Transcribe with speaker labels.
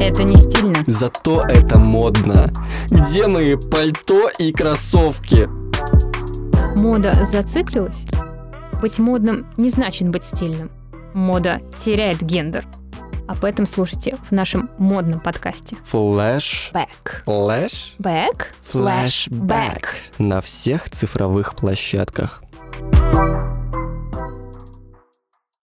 Speaker 1: это не стильно.
Speaker 2: Зато это модно. Где мои пальто и кроссовки?
Speaker 1: Мода зациклилась? Быть модным не значит быть стильным. Мода теряет гендер. Об этом слушайте в нашем модном подкасте.
Speaker 2: Флэш.
Speaker 3: Бэк.
Speaker 2: Лэш.
Speaker 3: Бэк.
Speaker 2: Флэшбэк. На всех цифровых площадках.